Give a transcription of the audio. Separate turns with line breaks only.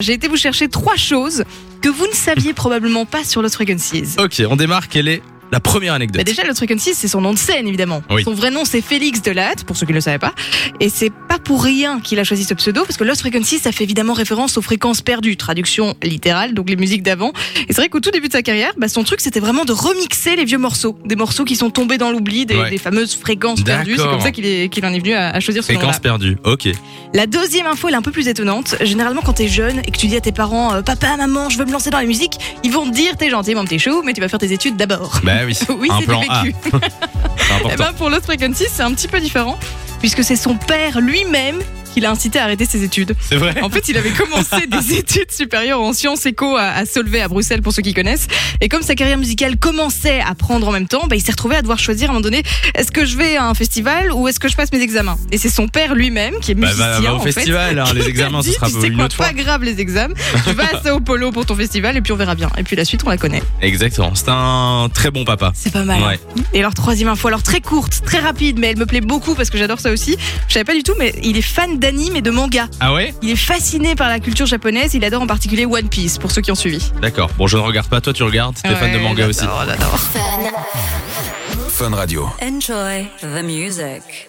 J'ai été vous chercher trois choses que vous ne saviez probablement pas sur Lost Frequencies.
Ok, on démarre quelle est la première anecdote.
Bah déjà, Lost Frequencies, c'est son nom de scène, évidemment.
Oui.
Son vrai nom, c'est Félix Delatte, pour ceux qui ne le savaient pas. Et c'est pas pour rien qu'il a choisi ce pseudo, parce que Lost Frequencies, ça fait évidemment référence aux fréquences perdues, traduction littérale, donc les musiques d'avant. Et c'est vrai qu'au tout début de sa carrière, bah, son truc, c'était vraiment de remixer les vieux morceaux, des morceaux qui sont tombés dans l'oubli, des,
Ouais.
des fameuses fréquences perdues. C'est
D'accord.
comme ça qu'il est- qu'il en est venu à, à choisir ce nom-là.
Fréquence perdue. Ok.
La deuxième info, elle est un peu plus étonnante. Généralement, quand t'es jeune et que tu dis à tes parents, euh, papa, maman, je veux me lancer dans la musique, ils vont te dire, t'es gentil, mon petit chou, mais tu vas faire tes études d'abord.
Bah oui.
Oui,
un
c'est du
plan A,
vécu.
c'est
Eh
important.
ben, pour Lost Frequency, c'est un petit peu différent, puisque c'est son père lui-même qui l'a incité à arrêter ses études.
C'est vrai.
En fait, il avait commencé des études supérieures en sciences éco à, à Solvay à Bruxelles pour ceux qui connaissent. Et comme sa carrière musicale commençait à prendre en même temps, bah, il s'est retrouvé à devoir choisir à un moment donné est-ce que je vais à un festival ou est-ce que je passe mes examens Et c'est son père lui-même qui est
Bah,
musicien
va- va au
en fait,
festival, hein, les examens,
dit,
ce sera
tu sais
une
quoi,
autre fois.
Pas grave les examens. Tu vas à Sao Paulo pour ton festival et puis on verra bien. Et puis la suite, on la connaît.
Exactement. C'est un très bon papa.
C'est pas mal. hein.
Ouais.
Et leur troisième info, alors très courte, très rapide, mais elle me plaît beaucoup parce que j'adore ça aussi. Je savais pas du tout, mais il est fan d'anime et de manga.
Ah ouais
Il est fasciné par la culture japonaise. Il adore en particulier One Piece pour ceux qui ont suivi.
D'accord. Bon, je ne regarde pas. Toi, tu regardes. T'es fan
Ah
de
Ouais,
manga aussi.
j'adore, j'adore.
Enjoy the music.